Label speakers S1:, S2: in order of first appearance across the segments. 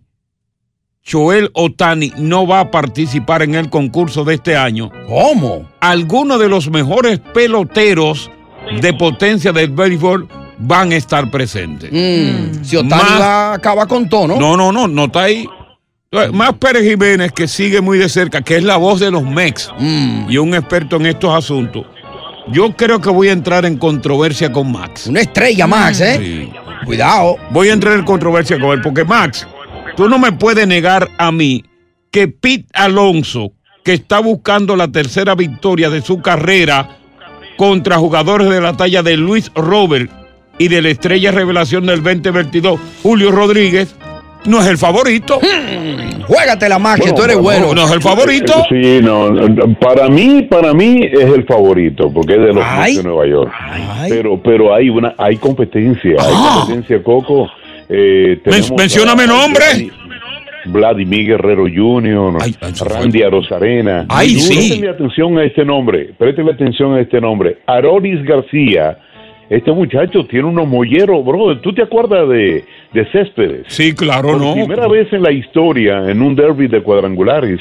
S1: Joel Otani no va a participar en el concurso de este año.
S2: ¿Cómo?
S1: Algunos de los mejores peloteros de potencia del béisbol van a estar presentes.
S2: Mm, Si Otani
S1: Más-
S2: va, acaba con tono.
S1: No, no, no, no está ahí. Entonces, Más Pérez Jiménez, que sigue muy de cerca, que es la voz de los MEX
S2: Mm,
S1: y un experto en estos asuntos, yo creo que voy a entrar en controversia con Max.
S2: Una estrella, Max, ¿eh?
S1: Sí.
S2: Cuidado.
S1: Voy a entrar en controversia con él, porque Max, tú no me puedes negar a mí que Pete Alonso, que está buscando la tercera victoria de su carrera contra jugadores de la talla de Luis Robert y de la estrella revelación del 2022, Julio Rodríguez, no es el favorito.
S2: Juégatela, Max, que tú eres bueno.
S1: No es el favorito.
S3: Sí, no, no, para mí, para mí es el favorito, porque es de los
S2: Ay.
S3: Mets de Nueva York.
S2: Ay.
S3: Pero, pero hay una, hay competencia, hay competencia, Coco. Eh,
S1: Ah.
S3: tenemos
S1: Men- mencióname
S3: a-
S1: nombre.
S3: Vladimir Guerrero Jr.,
S1: Ay, ay, se fue.
S3: Randy Arozarena.
S1: Ay,
S3: Y
S1: sí.
S3: Présteme atención a este nombre, présteme atención a este nombre. Aronis García, este muchacho tiene unos molleros, bro. ¿Tú te acuerdas de, de Céspedes?
S1: Sí, claro,
S3: Por
S1: no.
S3: primera vez en la historia, en un derby de cuadrangulares,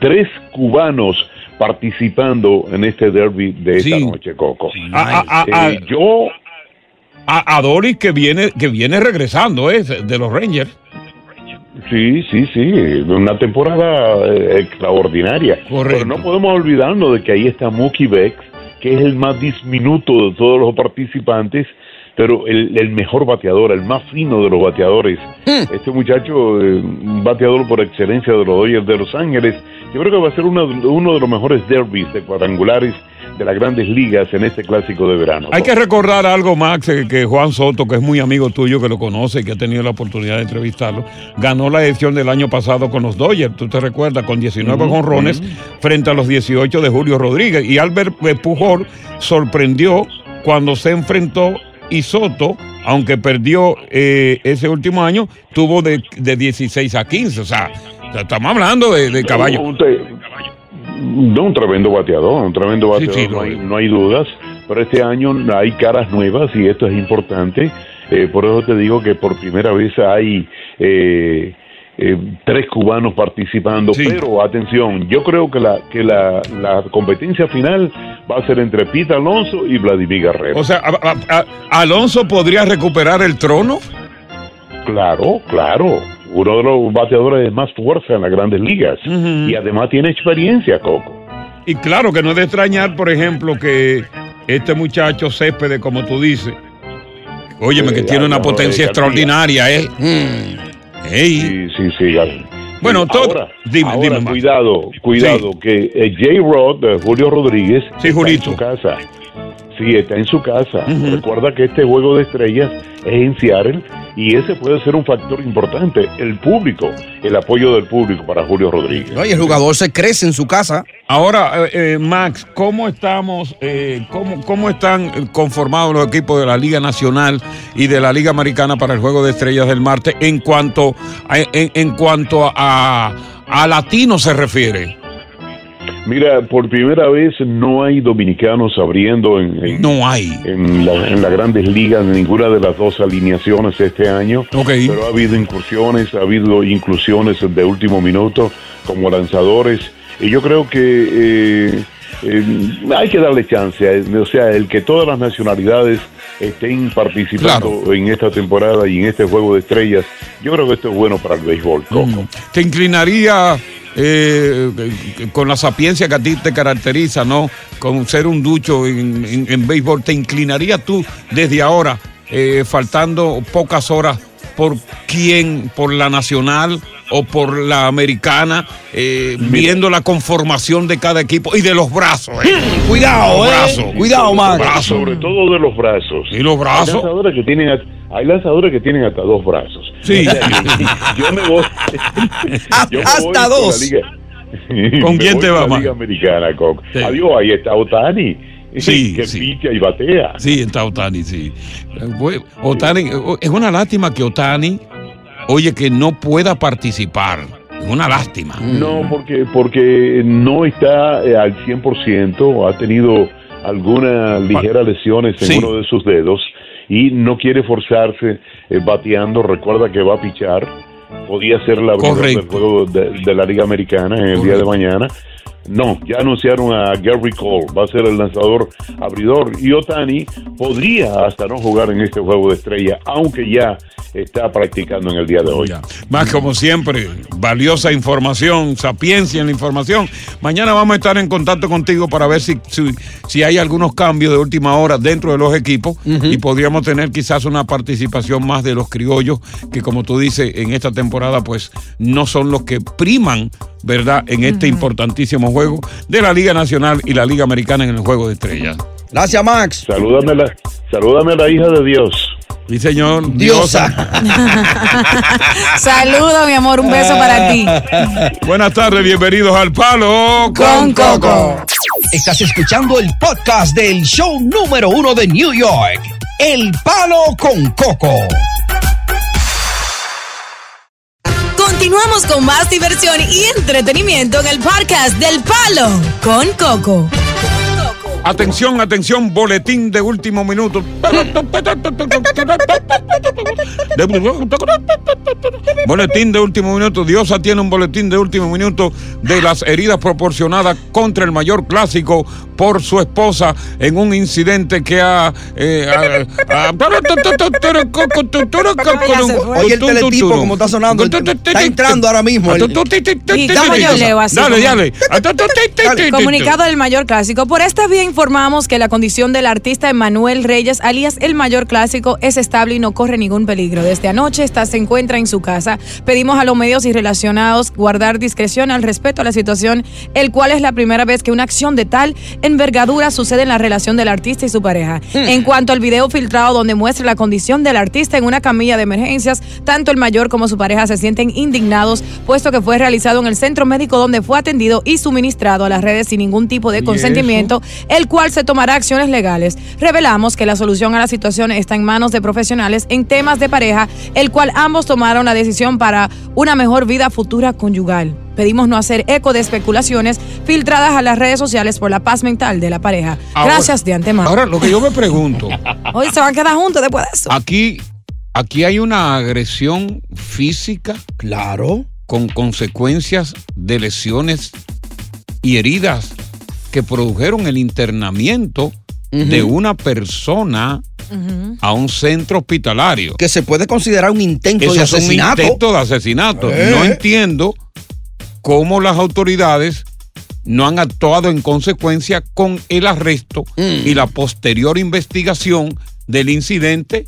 S3: tres cubanos participando en este derby de esta
S1: Sí. Ah,
S3: noche, Coco.
S1: A, a,
S3: Eh,
S1: a,
S3: yo,
S1: a- a Doris que viene, que viene regresando, ¿eh? De los Rangers.
S3: sí, sí, sí, una temporada eh, extraordinaria.
S1: Correcto.
S3: Pero no podemos olvidarnos de que ahí está Mookie Bex, que es el más disminuto de todos los participantes, pero el, el mejor bateador, el más fino de los bateadores.
S1: Mm.
S3: Este muchacho, eh, un bateador por excelencia de los Dodgers de Los Ángeles, yo creo que va a ser uno, de- uno de los mejores derbis de cuadrangulares de las grandes ligas en este clásico de verano.
S1: Hay que recordar algo, Max, eh, que Juan Soto, que es muy amigo tuyo, que lo conoce y que ha tenido la oportunidad de entrevistarlo, ganó la edición del año pasado con los Dodgers, tú te recuerdas, con 19 jonrones frente a los 18 de Julio Rodríguez. Y Albert eh, Pujol sorprendió cuando se enfrentó y Soto, aunque perdió eh, ese último año, tuvo de, de 16 a 15. O sea, estamos hablando de, de caballo.
S3: Un, un- de un tremendo bateador, un tremendo
S1: Sí,
S3: bateador,
S1: sí, lo
S3: no, hay,
S1: es.
S3: no hay dudas. Pero este año hay caras nuevas y esto es importante. Eh, por eso te digo que por primera vez hay eh, eh, tres cubanos participando.
S1: Sí.
S3: Pero atención, yo creo que la que la, la competencia final va a ser entre Pete Alonso y Vladimir Guerrero.
S1: O sea, a- a- a- ¿Alonso podría recuperar el trono?
S3: Claro, claro. Uno de los bateadores de más fuerza en las grandes ligas.
S1: Ujú.
S3: Y además tiene experiencia, Coco.
S1: Y claro que no es de extrañar, por ejemplo, que este muchacho Céspedes, como tú dices, óyeme, que
S3: Eh,
S1: tiene una
S3: no,
S1: potencia
S3: eh,
S1: extraordinaria, ¿eh? Mm. Ey.
S3: Sí, sí, sí. ya.
S1: Bueno,
S3: Sí,
S1: todo-
S3: ahora,
S1: dime,
S3: ahora,
S1: dime, Max.
S3: cuidado, cuidado, que eh, J. Rod, eh, Julio Rodríguez,
S1: Sí,
S3: está
S1: Julito.
S3: en su casa. Sí, está en su casa. Recuerda que este juego de estrellas es en Seattle y ese puede ser un factor importante, el público, el apoyo del público para Julio Rodríguez.
S2: No, y el jugador se crece en su casa.
S1: Ahora, eh, eh, Max, ¿cómo estamos, eh, cómo, cómo están conformados los equipos de la Liga Nacional y de la Liga Americana para el Juego de Estrellas del martes en cuanto a, en, en cuanto a, a latino se refiere?
S3: Mira, por primera vez no hay dominicanos abriendo en, en-
S1: No hay.
S3: en la- en las grandes ligas, en ninguna de las dos alineaciones este año.
S1: Ok.
S3: Pero ha habido incursiones, ha habido inclusiones de último minuto como lanzadores. Y yo creo que eh, eh, hay que darle chance. eh, O sea, el que todas las nacionalidades estén participando en esta temporada y en este juego de estrellas, yo creo que esto es bueno para el béisbol. Coco.
S1: ¿Te inclinaría eh, con la sapiencia que a ti te caracteriza, ¿no? Con ser un ducho en, en- en béisbol, ¿te inclinaría tú desde ahora, eh, faltando pocas horas, por quién, por la nacional o por la americana, eh, viendo la conformación de cada equipo y de los brazos? eh?
S2: Cuidado, eh.
S1: Brazo.
S2: Cuidado, Max.
S3: Brazos, sobre todo de los brazos.
S1: ¿Y los
S3: Hay
S1: brazos?
S3: lanzadores que tienen, hasta- hay lanzadores que tienen hasta dos brazos.
S1: Sí.
S3: Yo me voy. yo me voy
S2: Hasta
S3: con la
S2: dos.
S3: liga-
S1: ¿Con
S3: me
S1: quién
S3: voy
S1: te
S3: con
S1: va,
S3: la
S1: Max?
S3: Liga Americana, Coco.
S1: Sí.
S3: Adiós, ahí está Otani.
S1: Sí,
S3: que
S1: sí.
S3: picha y batea.
S1: Sí, está Otani, sí. Eh, fue- Otani, eh, es una lástima que Otani, oye, que no pueda participar. Es una lástima.
S3: No, porque, porque no está eh, al 100%, ha tenido algunas ligeras lesiones en
S1: Sí.
S3: uno de sus dedos y no quiere forzarse eh, bateando. Recuerda que va a pichar. Podía ser la abridor del
S1: Correcto.
S3: juego de, de la Liga Americana en el día de
S1: Correcto.
S3: mañana. No, ya anunciaron a Gary Cole, va a ser el lanzador abridor. Y Otani podría hasta no jugar en este juego de estrella, aunque ya está practicando en el día de hoy.
S1: Ya. Más como siempre, valiosa información, sapiencia en la información. Mañana vamos a estar en contacto contigo para ver si, si, si hay algunos cambios de última hora dentro de los equipos y podríamos tener quizás una participación más de los criollos que como tú dices en esta temporada pues no son los que priman, ¿verdad? En este importantísimo juego de la Liga Nacional y la Liga Americana en el Juego de Estrellas.
S2: Gracias, Max.
S3: Salúdame, a la, salúdame a la hija de Dios.
S1: Y señor,
S2: Diosa.
S4: Saludos, mi amor, un beso para ti.
S1: Buenas tardes, bienvenidos al Palo
S4: Con Coco.
S2: Estás escuchando el podcast del show número uno de New York. El palo con coco.
S4: Continuamos con más diversión y entretenimiento en el podcast del Palo con Coco.
S1: Atención, atención, boletín de último minuto. Boletín de último minuto. Diosa tiene un boletín de último minuto de las heridas proporcionadas contra el mayor clásico por su esposa en un incidente que ha. eh, ha- ha-
S2: Oye, el teletipo como está sonando, está entrando ahora mismo el-
S4: Y dame yo leo así
S1: Dale,
S4: como-
S1: dale.
S4: Comunicado del Mayor Clásico. Por esta vía informamos que la condición del artista Emanuel Reyes, alias El Mayor Clásico, es estable y no corre ningún peligro. Desde anoche está, se encuentra en su casa. Pedimos a los medios y relacionados guardar discreción al respecto a la situación, el cual es la primera vez que una acción de tal envergadura sucede en la relación del artista y su pareja. En cuanto al video filtrado donde muestra la condición del artista en una camilla de emergencias, tanto el mayor como su pareja se sienten indignados, puesto que fue realizado en el centro médico donde fue atendido y suministrado a las redes sin ningún tipo de consentimiento, el cual se tomará acciones legales. Revelamos que la solución a la situación está en manos de profesionales en temas de pareja, el cual ambos tomaron la decisión para una mejor vida futura conyugal. Pedimos no hacer eco de especulaciones filtradas a las redes sociales por la paz mental de la pareja.
S1: Ahora-
S4: Gracias de antemano.
S1: Ahora, lo que yo me pregunto.
S4: Hoy se van a quedar juntos después de eso.
S1: Aquí, aquí hay una agresión física
S2: Claro.
S1: con consecuencias de lesiones y heridas que produjeron el internamiento de una persona a un centro hospitalario.
S2: Que se puede considerar un intento
S1: Eso
S2: de
S1: es un
S2: asesinato.
S1: intento de asesinato.
S2: Eh.
S1: No entiendo cómo las autoridades no han actuado en consecuencia con el arresto y la posterior investigación del incidente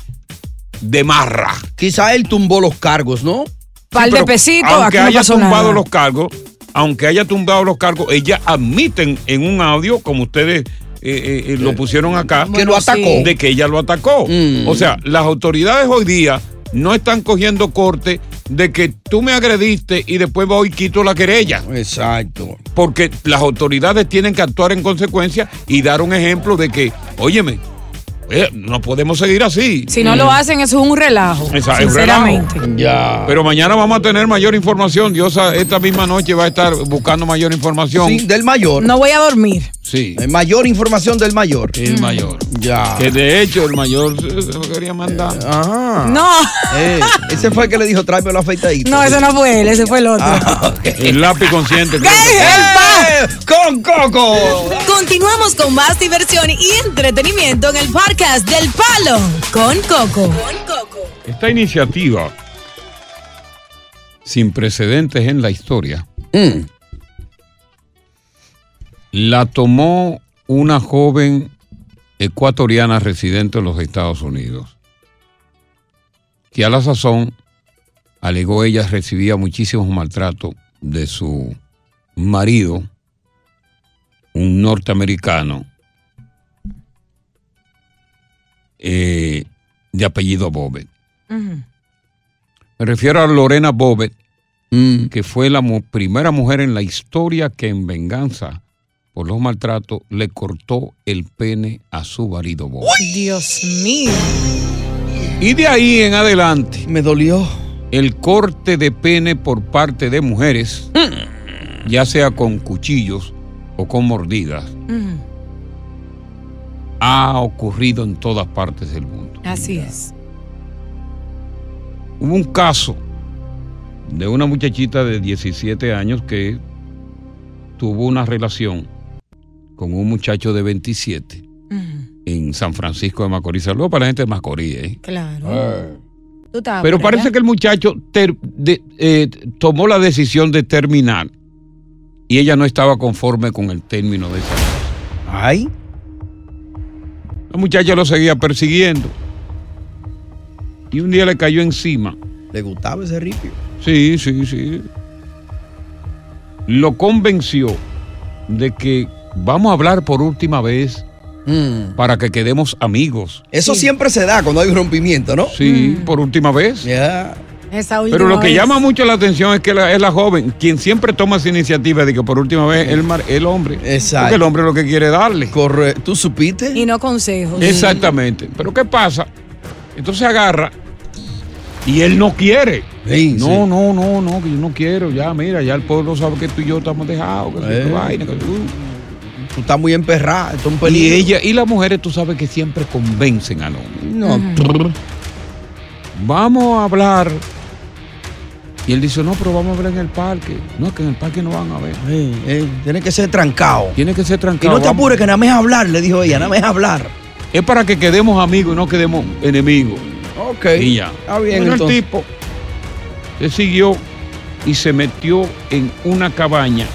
S1: de Marra.
S2: Quizá él tumbó los cargos, ¿no?
S4: Pal de
S1: pero
S4: pesito, aquí
S1: aunque
S4: no
S1: haya
S4: pasó
S1: tumbado
S4: nada.
S1: los cargos, aunque haya tumbado los cargos, ellas admiten en un audio, como ustedes eh, eh, lo pusieron acá.
S2: Que lo atacó.
S1: De que ella lo atacó.
S2: Mm.
S1: O sea, las autoridades hoy día no están cogiendo corte de que tú me agrediste y después voy y quito la querella.
S2: Exacto.
S1: Porque las autoridades tienen que actuar en consecuencia y dar un ejemplo de que, óyeme, eh, no podemos seguir así.
S4: Si no lo hacen, eso es un relajo.
S1: Exacto, es Mm. relajo.
S4: sinceramente.
S2: Ya.
S1: Pero mañana vamos a tener mayor información. Diosa, esta misma noche va a estar buscando mayor información.
S2: Sí, del mayor.
S4: No voy a dormir.
S1: Sí,
S2: Eh, Mayor información del mayor.
S1: el mayor.
S2: Ya.
S1: Que de hecho el mayor eh, se lo quería mandar. Ah.
S2: Ajá.
S4: No,
S2: Eh, ese fue el que le dijo, tráeme la afeitadito.
S4: no, ese no fue él, ese fue el otro.
S2: Ah, ok.
S1: El lápiz consciente. creo que-
S4: ¡Gael!
S2: ¡Eh! ¡Con Coco!
S4: Continuamos con más diversión y entretenimiento en el podcast del Palo con Coco.
S1: Esta iniciativa, sin precedentes en la historia,
S2: Mm.
S1: la tomó una joven ecuatoriana residente en los Estados Unidos, que a la sazón alegó ella recibía muchísimos maltratos de su marido, un norteamericano, eh, de apellido Bobet. Me refiero a Lorena Bobet,
S2: Mm.
S1: que fue la mu- primera mujer en la historia que en venganza por los maltratos le cortó el pene a su marido Bob.
S4: Dios mío.
S1: Y de ahí en adelante,
S2: Me dolió.
S1: el corte de pene por parte de mujeres, ya sea con cuchillos o con mordidas,
S4: Ujú,
S1: ha ocurrido en todas partes del mundo.
S4: Así es.
S1: Hubo un caso de una muchachita de 17 años que tuvo una relación con un muchacho de 27.
S4: Ujú,
S1: en San Francisco de Macorís. Saludos para la gente de Macorís. ¿eh?
S4: Claro. Tú estabas
S1: Pero
S4: por
S1: parece
S4: allá.
S1: que el muchacho ter- de- eh, tomó la decisión de terminar y ella no estaba conforme con el término de esa.
S2: Ay.
S1: La muchacha lo seguía persiguiendo y un día le cayó encima.
S2: Le gustaba ese ripio.
S1: Sí, sí, sí. Lo convenció de que vamos a hablar por última vez
S2: Mm.
S1: para que quedemos amigos.
S2: Eso siempre se da cuando hay un rompimiento, ¿no?
S1: Sí, por última vez.
S2: Ya.
S4: Esa última
S1: Pero lo que
S4: vez.
S1: llama mucho la atención es que la- es la joven quien siempre toma esa iniciativa de que por última vez el, mar- el hombre.
S2: Exacto.
S1: Porque el hombre es lo que quiere darle.
S2: Corre. ¿Tú supiste?
S4: Y no consejos.
S1: Exactamente. Pero ¿qué pasa? Entonces agarra y él no quiere.
S2: Sí,
S1: no,
S2: sí.
S1: no, no, no, que yo no quiero. Ya, mira, ya el pueblo sabe que tú y yo estamos dejados. Que
S2: Eh.
S1: tú vaina, que tú-
S2: Tú estás muy emperrada. Esto es un
S1: Y
S2: peligro.
S1: ella y las mujeres, tú sabes que siempre convencen al hombre.
S2: No.
S1: vamos a hablar. Y él dice, no, pero vamos a hablar en el parque. No, que en el parque no van a ver.
S2: Eh, eh, tiene que ser trancado.
S1: Tiene que ser
S2: Y
S1: tranquilo.
S2: no te apures, que nada más es hablar, le dijo ella, nada más es hablar.
S1: Es para que quedemos amigos y no quedemos enemigos.
S2: Ok.
S1: Y ya.
S2: Está bien,
S1: Bueno,
S2: entonces.
S1: el tipo le siguió y se metió en una cabaña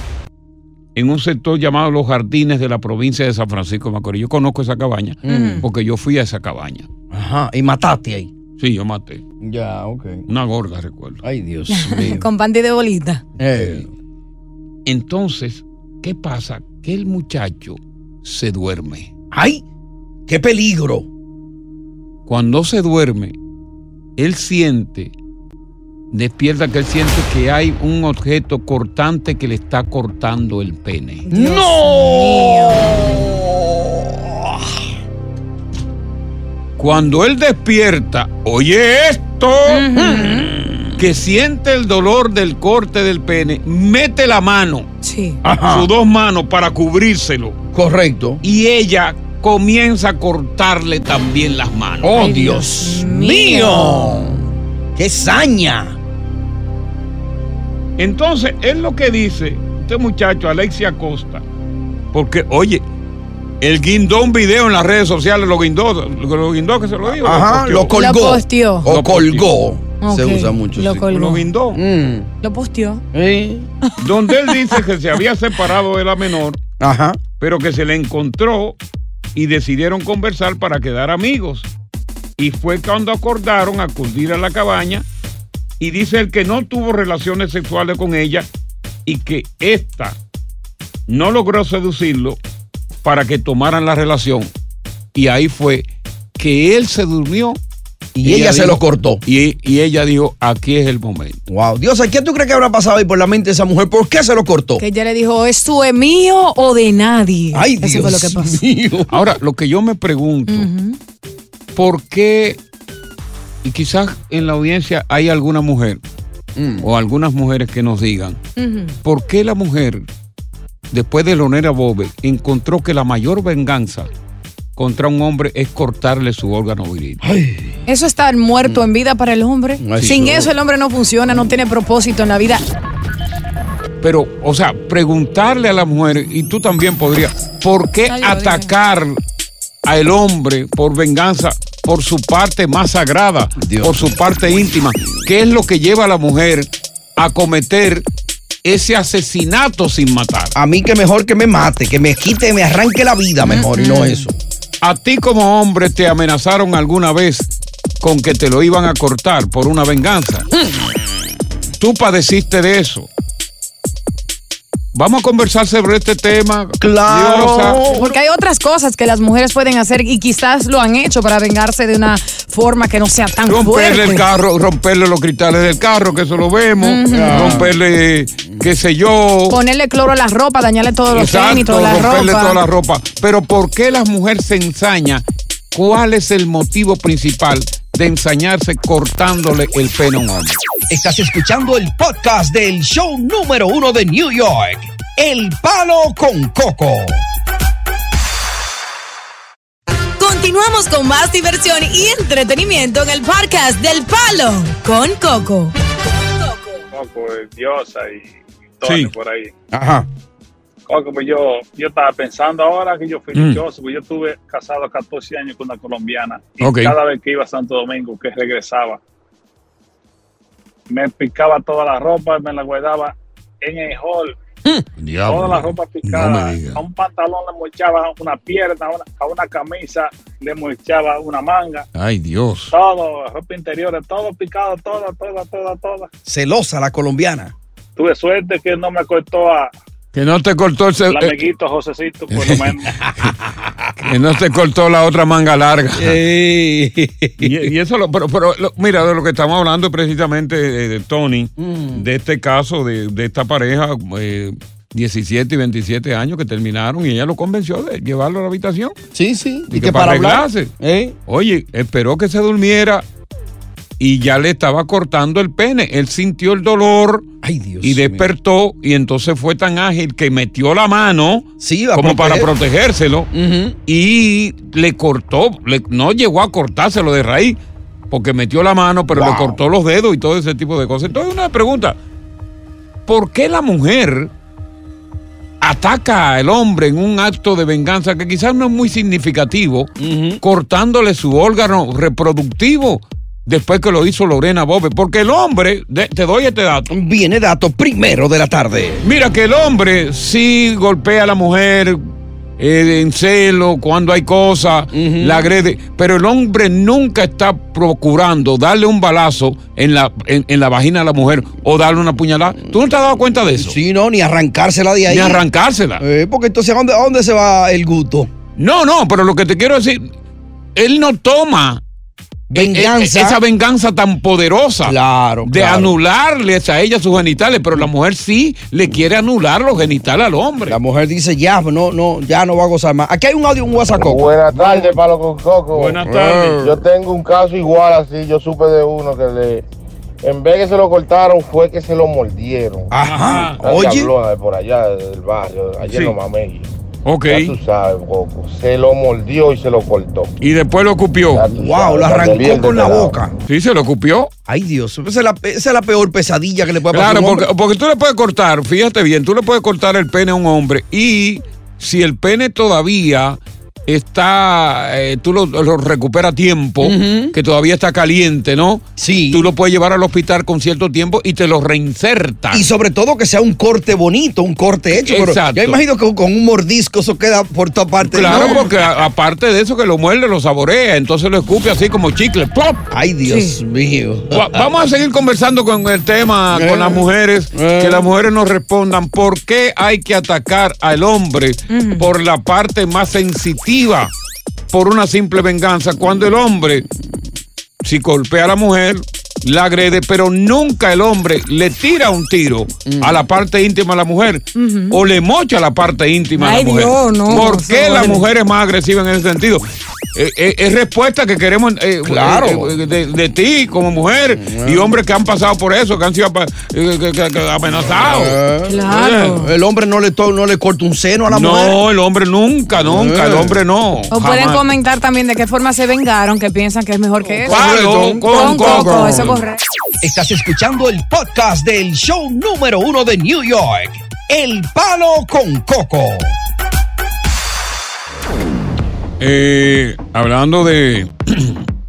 S1: en un sector llamado Los Jardines de la provincia de San Francisco de Macorís. Yo conozco esa cabaña
S4: Mm.
S1: porque yo fui a esa cabaña.
S2: Ajá. Y mataste ahí.
S1: Sí, yo maté.
S2: Ya, ok.
S1: Una gorda, recuerdo.
S2: Ay, Dios mío.
S4: Con panty de bolita.
S2: Eh,
S1: Entonces, ¿qué pasa? Que el muchacho se duerme.
S2: Ay, qué peligro.
S1: Cuando se duerme, él siente, despierta que él siente que hay un objeto cortante que le está cortando el pene.
S2: ¡No!
S1: Cuando él despierta, oye esto, que siente el dolor del corte del pene, mete la mano,
S4: Sí.
S2: Ajá.
S1: sus dos manos para cubrírselo,
S2: Correcto.
S1: y ella comienza a cortarle también las manos.
S2: ¡Oh,
S4: Ay,
S2: Dios,
S4: Dios
S2: mío! ¡Qué saña!
S1: Entonces, es lo que dice este muchacho, Alexia Costa. Porque, oye, él guindó un video en las redes sociales, lo guindó, lo guindó que se lo digo.
S2: Ajá,
S1: lo,
S2: lo
S1: posteó.
S2: colgó.
S4: Lo posteó.
S2: O
S1: Lo
S2: colgó. Se
S4: Ok,
S2: usa mucho.
S4: Lo
S2: sí.
S4: colgó.
S1: Lo guindó.
S2: Mm,
S4: Lo posteó.
S2: eh,
S1: Donde él dice que se había separado de la menor,
S2: Ajá.
S1: pero que se le encontró y decidieron conversar para quedar amigos. Y fue cuando acordaron acudir a la cabaña y dice él que no tuvo relaciones sexuales con ella y que ésta no logró seducirlo para que tomaran la relación. Y ahí fue que él se durmió.
S2: Y ella se
S1: dijo-
S2: lo cortó.
S1: Y, y ella dijo, aquí es el momento.
S2: Wow, Dios, ¿qué tú crees que habrá pasado ahí por la mente de esa mujer? ¿Por qué se lo cortó?
S4: Que ella le dijo, ¿eso es mío o de nadie?
S2: Ay,
S4: Eso fue lo que pasó.
S2: Dios mío.
S1: Ahora, lo que yo me pregunto, ¿por qué? Y quizás en la audiencia hay alguna mujer
S2: Mm.
S1: o algunas mujeres que nos digan,
S4: Ujú.
S1: ¿por qué la mujer, después de Lonera Bove, encontró que la mayor venganza contra un hombre es cortarle su órgano viril?
S4: Eso es estar muerto en vida para el hombre.
S2: Ay, sí,
S4: Sin
S2: claro.
S4: eso el hombre no funciona, no tiene propósito en la vida.
S1: Pero, o sea, preguntarle a la mujer, y tú también podrías, ¿por qué
S4: Nadie lo dice.
S1: atacar al hombre por venganza, por su parte más sagrada,
S2: Dios.
S1: por su parte íntima? ¿Qué es lo que lleva a la mujer a cometer ese asesinato sin matar?
S2: A mí que mejor que me mate, que me quite, me arranque la vida mejor y no eso.
S1: ¿A ti como hombre te amenazaron alguna vez con que te lo iban a cortar por una venganza? Tú padeciste de eso. Vamos a conversar sobre este tema.
S2: Claro.
S1: Diosa.
S4: Porque hay otras cosas que las mujeres pueden hacer y quizás lo han hecho para vengarse de una forma que no sea tan
S1: Romperle
S4: fuerte.
S1: el carro, romperle los cristales del carro, que eso lo vemos. Romperle, qué sé yo.
S4: Ponerle cloro a la ropa, dañarle todos los tenis, toda la
S1: romperle
S4: ropa.
S1: toda la ropa. Pero ¿por qué las mujeres se ensañan? ¿Cuál es el motivo principal de ensañarse cortándole el pene a un hombre?
S2: Estás escuchando el podcast del show número uno de New York, El Palo con Coco.
S4: Continuamos con más diversión y entretenimiento en el podcast del Palo con Coco.
S5: Coco, Diosa y Tony
S1: Sí.
S5: por ahí.
S2: Ajá.
S5: Coco, pues yo, yo estaba pensando ahora que yo fui
S1: Mm.
S5: dichoso, pues yo estuve casado 14 años con una colombiana y
S1: Ok.
S5: cada vez que iba a Santo Domingo, que regresaba, me picaba toda la ropa, me la guardaba en el hall, toda la ropa picada, a un pantalón le mochaba una pierna, a una, a una camisa le mochaba una manga,
S1: Ay, Dios.
S5: todo, ropa interior, todo picado, toda, toda, toda, toda.
S2: Celosa la colombiana.
S5: Tuve suerte que no me cortó a,
S1: Que no te cortó el,
S5: El
S1: eh,
S5: amiguito Josecito, por lo menos.
S1: que no te cortó la otra manga larga.
S2: Ey.
S1: Y, y eso lo, pero, pero lo- mira, de lo que estamos hablando es precisamente de, de Tony, de este caso, de, de esta pareja, eh, 17 y 27 años que terminaron y ella lo convenció de llevarlo a la habitación.
S2: Sí, sí.
S1: Y que para ¿eh? arreglarse.
S2: Ey.
S1: Oye, esperó que se durmiera y ya le estaba cortando el pene. Él sintió el dolor
S2: Ay, Dios.
S1: y
S2: mío.
S1: despertó y entonces fue tan ágil que metió la mano
S2: Sí, a
S1: como para
S2: proteger.
S1: protegérselo
S2: Ujú.
S1: y le cortó, le- no llegó a cortárselo de raíz, porque metió la mano, pero le
S2: Wow.
S1: cortó los dedos y todo ese tipo de cosas. Entonces, una pregunta: ¿por qué la mujer ataca al hombre en un acto de venganza que quizás no es muy significativo, cortándole su órgano reproductivo? Después que lo hizo Lorena Bobe, porque el hombre, de- te doy este dato,
S2: Viene dato primero de la tarde.
S1: Mira que el hombre sí golpea a la mujer eh, en celo, cuando hay cosas, la agrede, pero el hombre nunca está procurando darle un balazo en la, en, en la vagina a la mujer o darle una puñalada. ¿Tú no te has dado cuenta de eso?
S2: Sí, no, ni arrancársela de ahí.
S1: Ni arrancársela.
S2: Eh, porque entonces, ¿a dónde, a dónde se va el gusto?
S1: No, no, pero lo que te quiero decir, él no toma
S2: Venganza.
S1: e- e- esa venganza tan poderosa.
S2: Claro,
S1: De
S2: claro.
S1: anularles a ella sus genitales, pero la mujer sí le quiere anular los genitales al hombre.
S2: La mujer dice, ya, no, no, ya no va a gozar más. Aquí hay un audio, un WhatsApp. Coco.
S6: Buenas tardes, Palo con Coco.
S1: Buenas tardes.
S6: Yo tengo un caso igual así, yo supe de uno que le... En vez que se lo cortaron, fue que se lo mordieron.
S2: Ajá.
S6: Una
S2: Oye.
S6: diablona de por allá del barrio, ayer
S1: Sí.
S6: no mamé.
S1: Ok.
S6: Ya tú sabes, Coco. Se lo mordió y se lo cortó.
S1: Y después lo ocupió.
S6: Ya tú
S2: Wow,
S6: sabes,
S2: lo arrancó
S6: también
S2: con la
S6: descarado.
S2: boca.
S1: Sí, se lo ocupió.
S2: Ay, Dios. Esa es la, esa es la peor pesadilla que le puede pasar. a
S1: Claro,
S2: un
S1: porque,
S2: hombre.
S1: porque tú le puedes cortar, fíjate bien, tú le puedes cortar el pene a un hombre y si el pene todavía está, eh, tú lo, lo recuperas a tiempo,
S7: Ujú.
S1: que todavía está caliente, ¿no?
S2: Sí.
S1: Tú lo puedes llevar al hospital con cierto tiempo y te lo reinserta.
S2: Y sobre todo que sea un corte bonito, un corte hecho. pero
S1: Exacto.
S2: yo imagino que con un mordisco eso queda por toda parte.
S1: Claro,
S2: No.
S1: porque a- aparte de eso que lo muerde, lo saborea, entonces lo escupe así como chicle. ¡Plop!
S2: Ay, Dios mío.
S1: Va- Vamos a seguir conversando con el tema, con las mujeres,
S2: eh.
S1: que las mujeres nos respondan por qué hay que atacar al hombre por la parte más sensitiva, por una simple venganza, cuando el hombre, si golpea a la mujer, la agrede, pero nunca el hombre le tira un tiro a la parte íntima de la mujer o le mocha la parte íntima
S4: Ay,
S1: a la mujer.
S4: Dios, no,
S1: ¿Por
S4: eso
S1: qué la
S4: duele.
S1: mujer es más agresiva en ese sentido? Eh, eh, es respuesta que queremos eh,
S2: Claro.
S1: eh, eh, de, de ti como mujer y hombres que han pasado por eso, que han sido apa- eh, que- que- que amenazados. Eh,
S4: Claro.
S2: Ah. El hombre no le, to- no le corta un seno a la mujer.
S1: No, el hombre nunca, nunca, el hombre no.
S4: O pueden
S1: eh, jamás.
S4: comentar también de qué forma se vengaron, que piensan que es mejor que eso.
S1: Palo con coco.
S4: eso correcto.
S2: Estás escuchando el podcast del show número uno de New York. El palo con coco.
S1: Eh, hablando de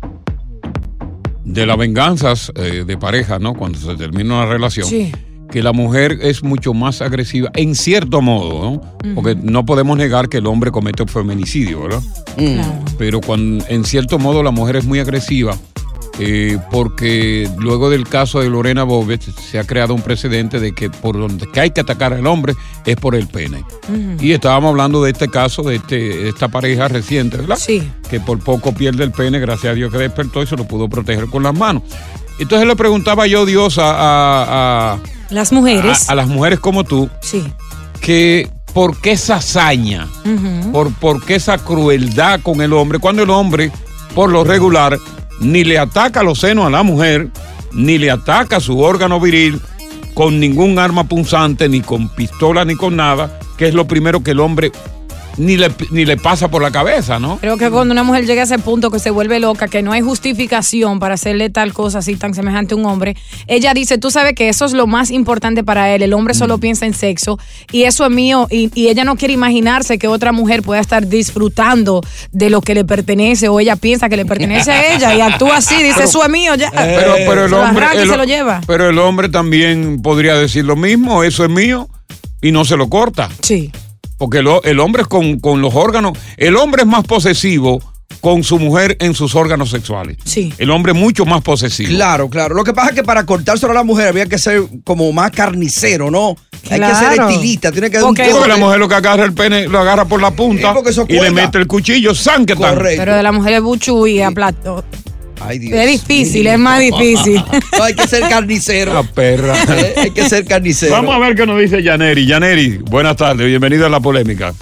S1: de las venganzas eh, de pareja, ¿no? Cuando se termina una relación.
S4: Sí.
S1: que la mujer es mucho más agresiva, en cierto modo, ¿no? Porque no podemos negar que el hombre comete un feminicidio, ¿verdad?
S2: Mm.
S1: Pero cuando, en cierto modo la mujer es muy agresiva, eh, porque luego del caso de Lorena Bobet se ha creado un precedente de que por donde que hay que atacar al hombre es por el pene. Y estábamos hablando de este caso, de este, esta pareja reciente, ¿verdad?
S4: Sí.
S1: que por poco pierde el pene, gracias a Dios que despertó y se lo pudo proteger con las manos. Entonces le preguntaba yo, Dios, a- a- a,
S4: Las mujeres.
S1: a, a las mujeres como tú
S4: Sí.
S1: que por qué esa hazaña,
S4: Ujú.
S1: por, por qué esa crueldad con el hombre, cuando el hombre, por lo regular, ni le ataca los senos a la mujer, ni le ataca su órgano viril con ningún arma punzante, ni con pistola, ni con nada, que es lo primero que el hombre ni le, ni le pasa por la cabeza, ¿no?
S4: Creo que cuando una mujer llega a ese punto que se vuelve loca, que no hay justificación para hacerle tal cosa así tan semejante a un hombre, ella dice, tú sabes que eso es lo más importante para él, el hombre
S1: Mm.
S4: solo piensa en sexo y eso es mío y, y ella no quiere imaginarse que otra mujer pueda estar disfrutando de lo que le pertenece o ella piensa que le pertenece a ella y actúa así, dice, eso es mío ya.
S1: Eh, Pero, pero el
S4: Se lo
S1: hombre.
S4: arranca y
S1: el-
S4: se lo lleva.
S1: Pero el hombre también podría decir lo mismo, eso es mío, y no se lo corta.
S4: Sí.
S1: Porque lo- el hombre es con, con los órganos, el hombre es más posesivo con su mujer en sus órganos sexuales.
S4: Sí.
S1: El hombre es mucho más posesivo.
S2: Claro, claro. Lo que pasa es que para cortárselo a la mujer había que ser como más carnicero, ¿no? Hay que ser
S4: Claro.
S2: estilista, tiene que
S4: Porque-
S1: Sí, porque
S2: corte.
S1: la mujer lo que agarra el pene lo agarra por la
S2: Sí,
S1: punta
S2: porque eso
S1: y le
S2: cuelga.
S1: mete el cuchillo, san que tan.
S2: Correcto.
S4: Pero de la mujer es buchu y aplato.
S2: Ay, Dios.
S4: Es difícil, es más difícil.
S2: No, hay que ser carnicero.
S1: La perra.
S2: Eh, hay que ser carnicero.
S1: Vamos a ver qué nos dice Yaneri. Yaneri, buenas tardes, bienvenida a la polémica.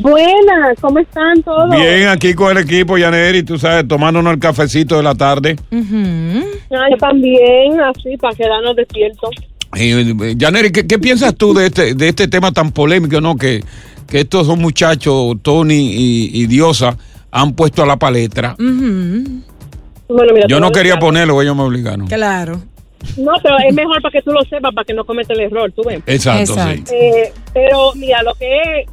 S8: Buenas, ¿cómo están todos?
S1: Bien, aquí con el equipo, Yaneri, tú sabes, tomándonos el cafecito de la tarde.
S8: Ah, yo también, así, para quedarnos despiertos.
S1: Eh, eh, Yaneri, ¿qué, qué piensas tú de este, de este tema tan polémico, no? Que, que estos dos muchachos, Tony y, y Diosa, han puesto a la palestra.
S8: Mm, Bueno, mira,
S1: Yo
S8: te voy
S1: no
S8: a
S1: quería
S8: hablar.
S1: ponerlo, ellos me obligaron.
S4: Claro.
S8: No, pero es mejor para que tú lo sepas, para que no cometas el error, tú ves.
S1: Exacto,
S4: Exacto.
S1: sí.
S8: Eh, pero mira, lo que es,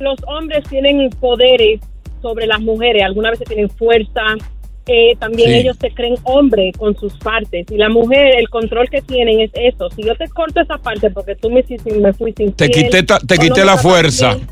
S8: los hombres tienen poderes sobre las mujeres, algunas veces tienen fuerza, eh, también
S1: Sí.
S8: ellos se creen hombres con sus partes, y la mujer, el control que tienen es eso, si yo te corto esa parte porque tú me, hiciste- me fuiste
S1: Te
S8: infiel,
S1: quité ta- te
S8: o no
S1: quité
S8: me
S1: la
S8: trataste
S1: fuerza.
S8: bien,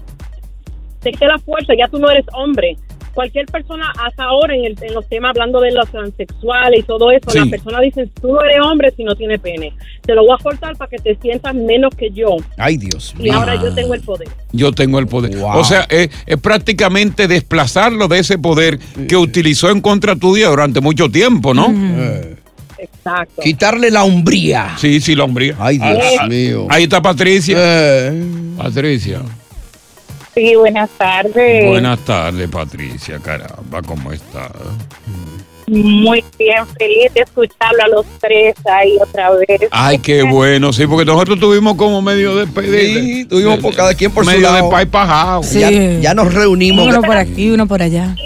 S8: te quité la fuerza, ya tú no eres hombre. Cualquier persona, hasta ahora en, el- en los temas hablando de los transexuales y todo eso,
S1: Sí.
S8: la persona dice, tú no eres hombre si no tienes pene. Te lo voy a cortar para que te sientas menos que yo
S2: Ay, Dios.
S8: y ahora yo tengo el poder.
S1: Yo tengo el poder.
S2: Wow.
S1: O sea, es, es prácticamente desplazarlo de ese poder que utilizó en contra tuya durante mucho tiempo, ¿no?
S8: Exacto.
S2: Quitarle la umbría.
S1: Sí, sí, la hombría.
S2: Ay, Dios
S1: Ah, ah,
S2: mío.
S1: Ahí está Patricia.
S2: Eh.
S1: Patricia.
S8: Sí, buenas tardes.
S1: Buenas tardes, Patricia. Caramba, ¿cómo estás?
S8: Muy bien, feliz de escucharlo a los tres ahí otra vez.
S1: Ay, qué bueno, sí, porque nosotros tuvimos como medio de
S2: Sí, tuvimos por cada quien por su
S1: medio
S2: lado.
S1: de pay pajado.
S4: Sí.
S2: Ya, ya nos reunimos.
S4: Uno por aquí, uno por allá.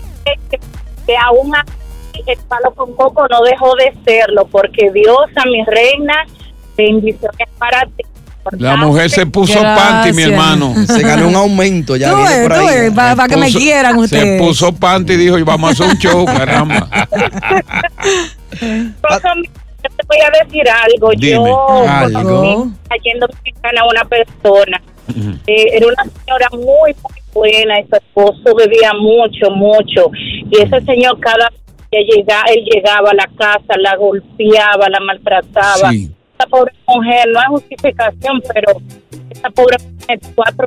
S8: Que, que aún así el palo con coco no dejó de serlo, porque Dios, a mi reina, bendiciones para ti.
S1: La mujer se puso
S4: Gracias.
S1: panty, mi hermano.
S7: Se ganó un aumento ya.
S4: Tú
S7: viene
S4: ves,
S7: por
S4: tú
S7: ahí.
S4: ves, Ah, para que me
S1: Puso-
S4: quieran
S1: Se
S4: ustedes.
S1: puso panty y dijo, y vamos a hacer un show, caramba.
S8: Cosa mía, yo te voy a decir algo.
S1: Dime.
S8: Pues Yo
S1: Algo.
S4: Oh,
S8: conocí cayendo mexicana a una persona. Eh, era una señora muy, muy buena. y Su esposo bebía mucho, mucho. Y ese señor cada vez que llegaba, él llegaba a la casa, la golpeaba, la maltrataba.
S9: Sí.
S8: Esa pobre mujer, no hay justificación, pero esa pobre mujer cuatro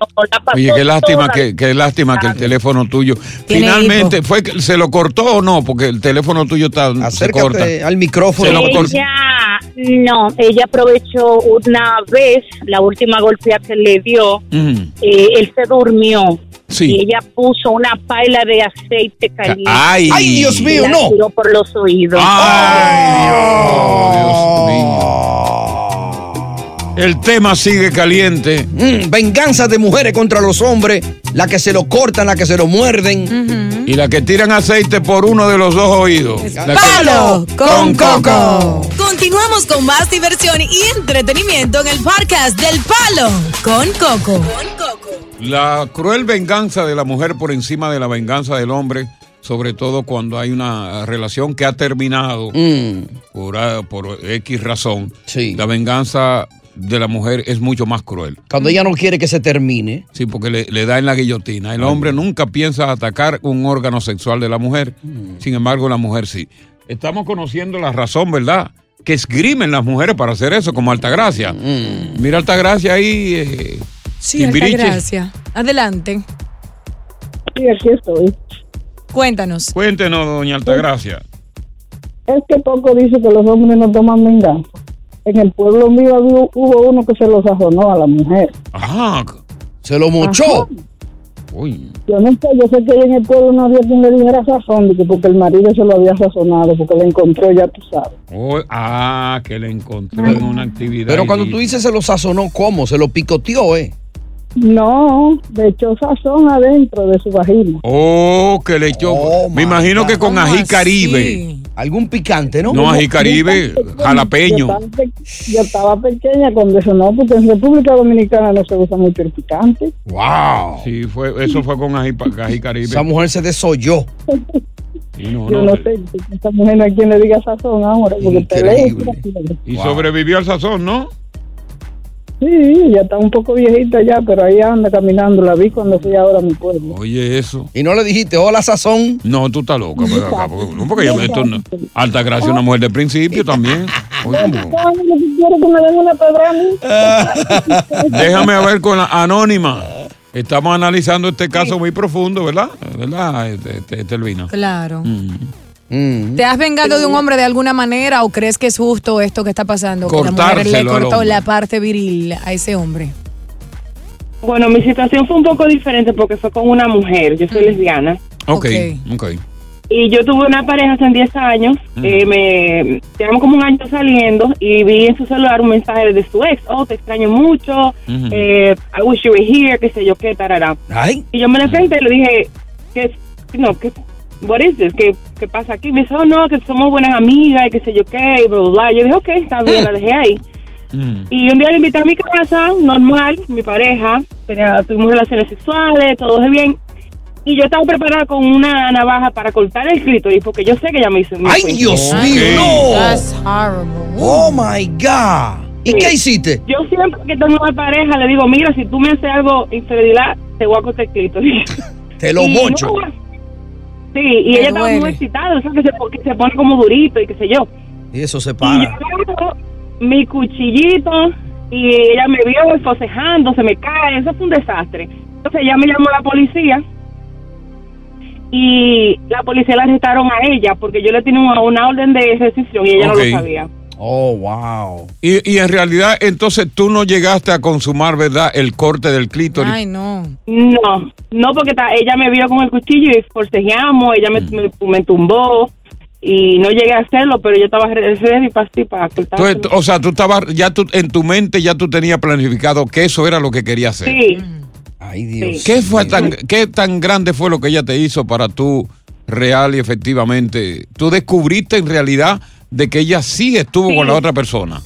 S8: no la pasó
S1: Oye, qué lástima,
S8: toda.
S1: que, qué lástima que el teléfono tuyo.
S8: Tiene
S1: Finalmente, fue que ¿se lo cortó o no? Porque el teléfono tuyo está, se
S7: Acércate
S1: corta.
S7: al micrófono.
S1: Se lo cortó.
S8: Ella, no, ella aprovechó una vez la última golpea que le dio,
S1: Mm.
S8: eh, él se durmió.
S1: Sí.
S8: Y ella puso una paila de aceite caliente.
S1: Ay. Ay, Dios mío,
S8: La
S1: no.
S8: tiró por los oídos.
S1: El tema sigue caliente.
S7: Mm, venganza de mujeres contra los hombres, la que se lo cortan, la que se lo muerden.
S1: Y la que tiran aceite por uno de los dos oídos. La que-
S4: Palo con
S1: coco.
S4: Continuamos con más diversión y entretenimiento en el podcast del Palo con Coco.
S1: La cruel venganza de la mujer por encima de la venganza del hombre, sobre todo cuando hay una relación que ha terminado
S2: Mm.
S4: Mm.
S7: Mm,
S1: por, ah, por X razón. La venganza de la mujer es mucho más cruel.
S7: Cuando ella no quiere que se termine.
S1: Sí, porque le, le da en la guillotina. El hombre nunca piensa atacar un órgano sexual de la mujer. Sin embargo, la mujer sí. Estamos conociendo la razón, ¿verdad? Que esgrimen las mujeres para hacer eso, como Altagracia. Mira Altagracia ahí. eh,
S4: Sí,
S1: Timbiriche.
S4: gracias. Adelante.
S10: Sí, aquí estoy.
S4: Cuéntanos.
S1: Cuéntenos, doña Altagracia.
S10: Es que Coco dice que los hombres no toman venganza. En el pueblo mío hubo, hubo uno que se los ajonó a la mujer.
S1: Ajá.
S7: Se lo mochó.
S10: Yo no sé, yo sé que en el pueblo no había quien le dijera sazón, de que porque el marido se lo había sazonado, porque le encontró, ya tú sabes.
S1: Oh, ah, que le encontró en una actividad.
S7: Pero cuando tú
S1: ilícita.
S7: dices se lo sazonó, ¿cómo? Se lo picoteó, ¿eh?
S10: No, le echó sazón adentro de su vagina.
S1: Oh, que le echó. me imagino que con ají caribe.
S7: Algún picante, ¿no?
S1: No, ají caribe, jalapeño.
S10: Yo estaba, pe- yo estaba pequeña cuando eso no, porque en República Dominicana no se usa mucho el picante.
S1: ¡Wow! Sí, fue, eso fue con ají, pa- ají caribe.
S7: Esa mujer se desolló.
S1: Y, no,
S10: yo
S1: no,
S10: no sé, esta mujer no hay quien le diga sazón ahora, porque te le
S1: y sobrevivió al sazón, ¿no?
S10: Sí, ya está un poco viejita ya, pero ahí anda caminando. La vi cuando fui ahora a mi pueblo.
S1: Oye, eso.
S7: Y no le dijiste, hola, sazón.
S1: No, tú estás loca. pero acá, porque, no, porque yo me esto no- Alta gracia, una mujer de principio también. Oye, no.
S10: Ay, lo que quiero es que me den una pedra a mí.
S1: Déjame ver con la anónima. Estamos analizando este caso muy profundo, ¿verdad? ¿Verdad, este, este, Estelvina?
S4: Claro.
S1: Mm.
S4: ¿Te has vengado de un hombre de alguna manera o crees que es justo esto que está pasando? que la mujer
S1: Cortárselo
S4: le
S1: al
S4: cortó
S1: hombre.
S4: la parte viril a ese hombre.
S9: Bueno, mi situación fue un poco diferente porque fue con una mujer. Yo soy
S10: Mm.
S9: lesbiana.
S1: Ok, ok.
S9: Y yo tuve una pareja hace 10 años. eh, me Llevamos como un año saliendo y vi en su celular un mensaje de su ex. Oh, te extraño mucho.
S1: Ujú.
S9: eh, I wish you were here, qué sé yo, qué tarará.
S7: Ay.
S9: Y yo me le frente y le dije, ¿qué, es- no, qué, what is this? ¿Qué, ¿Qué pasa aquí? Me dice, oh, no, que somos buenas amigas y qué sé yo qué, y bla, bla, bla. Yo dije, ok, está bien, la dejé ahí.
S1: Mm.
S9: Y un día le invité a mi casa, normal, mi pareja, tenía- tuvimos relaciones sexuales, todo es bien. Y yo estaba preparada con una navaja para cortar el clítoris, porque yo sé que ella me hizo. me
S7: ¡Ay,
S9: fue
S7: Dios
S9: infiel.
S7: mío, no! That's
S4: horrible.
S7: ¡Oh, my God! ¿Y
S9: Sí.
S7: qué hiciste?
S9: Yo siempre que tengo una pareja le digo, mira, si tú me haces algo infidelidad, te voy a cortar el clítoris.
S7: Te lo
S9: Y
S7: mocho.
S9: no, Sí, y
S7: Me
S9: ella estaba muy
S7: duele.
S9: excitada, o sea, que se, porque se pone como durito y qué sé yo.
S7: Y eso se
S9: Y
S7: para.
S9: yo agarro mi cuchillito y ella me vio esfocejando, se me cae, eso fue un desastre. Entonces ella me llamó a la policía y la policía la arrestaron a ella porque yo le tenía una, una orden de restricción y ella
S1: Ok.
S9: no lo sabía.
S7: Oh, wow.
S1: Y, y en realidad, entonces tú no llegaste a consumar, ¿verdad? El corte del clítoris.
S4: no.
S9: No, no, porque ta- ella me vio con el cuchillo y forcejeamos, ella me,
S1: Mm.
S9: me, me tumbó y no llegué a hacerlo, pero yo estaba re- ready para así, para cortar.
S1: Tú- tú- o sea, tú estabas, ya tú, en tu mente ya tú tenías planificado que eso era lo que querías hacer.
S9: Sí.
S7: Ay,
S9: Dios.
S1: ¿Qué, fue tan, ¿Qué tan grande fue lo que ella te hizo para tú real y efectivamente? Tú descubriste en realidad de que ella sí estuvo
S9: Sí.
S1: con la otra persona.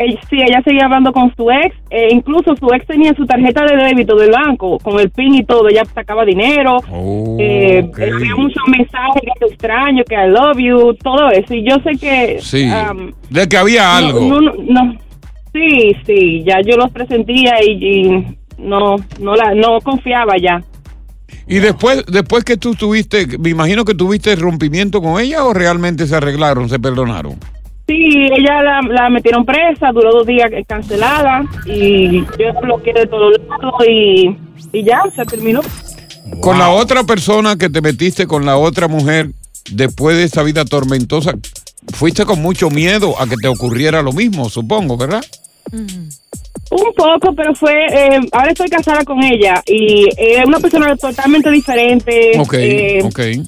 S9: eh, sí, ella seguía hablando con su ex, eh, incluso su ex tenía su tarjeta de débito del banco, con el PIN y todo, ella sacaba dinero, eh,
S11: Oh, ok.
S9: había muchos mensajes que te extraño, que I love you, todo eso, y yo sé que...
S11: Sí.
S9: am,
S1: De que había
S9: Um, no,
S1: algo.
S9: No, no, no. Sí, sí, ya yo los presentía y, y no, no, la, no confiaba ya.
S1: Y después, después que tú tuviste, me imagino que tuviste rompimiento con ella o realmente se arreglaron, se perdonaron.
S9: Sí, ella la, la metieron presa, duró dos días cancelada y yo la bloqueé de todos lados y, y ya, se terminó.
S1: Con la otra persona que te metiste con la otra mujer, después de esa vida tormentosa, fuiste con mucho miedo a que te ocurriera lo mismo, supongo, ¿verdad?
S9: Un poco, pero fue. eh, ahora estoy casada con ella y es una persona totalmente diferente.
S1: ok,
S9: eh,
S1: ok.
S9: eh,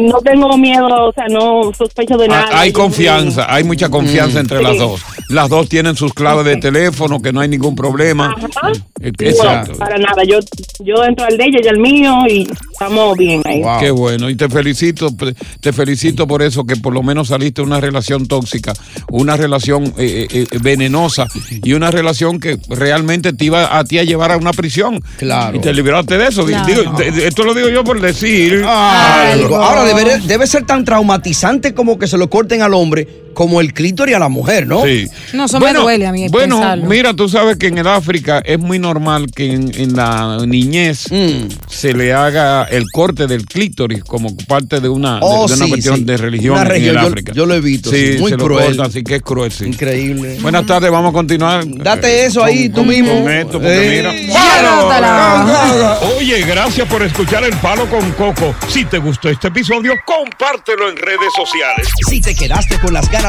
S9: No tengo miedo, o sea, no sospecho de nada.
S1: Ah, Hay
S9: Yo-
S1: confianza, hay mucha confianza
S9: Mm.
S1: entre
S9: Sí.
S1: las dos. Las dos tienen sus claves de teléfono, que no hay ningún problema.
S9: Ajá.
S1: Eh,
S9: No, para nada. Yo, yo entro al de ella, ella al mío y estamos bien ahí.
S1: Qué bueno, y te felicito, pre- te felicito por eso, que por lo menos saliste de una relación tóxica, una relación eh, eh, eh, venenosa y una relación que realmente te iba a ti a llevar a una prisión. Claro. Y te liberaste de eso. Di-
S7: Claro.
S1: digo, te- te- esto lo digo yo por decir.
S7: Algo. Ahora debe, debe ser tan traumatizante como que se lo corten al hombre como el clítoris a la mujer, ¿no?
S1: Sí.
S4: No, eso me duele a mí
S1: Bueno,
S4: pensarlo.
S1: mira, tú sabes que en el África es muy normal que en, en la niñez
S7: Mm.
S1: se le haga el corte del clítoris como parte de una, de-
S7: Oh,
S1: de una
S7: sí,
S1: cuestión
S7: sí.
S1: de religión
S7: Una
S1: en
S7: religión,
S1: el
S7: yo-
S1: África.
S7: yo lo he visto, sí, muy
S1: se lo
S7: cruel.
S1: cortan, así que es cruel, sí.
S7: Increíble.
S1: Buenas tardes, vamos a continuar. Eh,
S7: Date eso ahí tú mismo.
S1: Con esto, porque
S7: Eh.
S1: mira.
S7: Anótala.
S1: Oye, gracias por escuchar El Palo con Coco. Si te gustó este episodio, compártelo en redes sociales.
S7: Si te quedaste con las ganas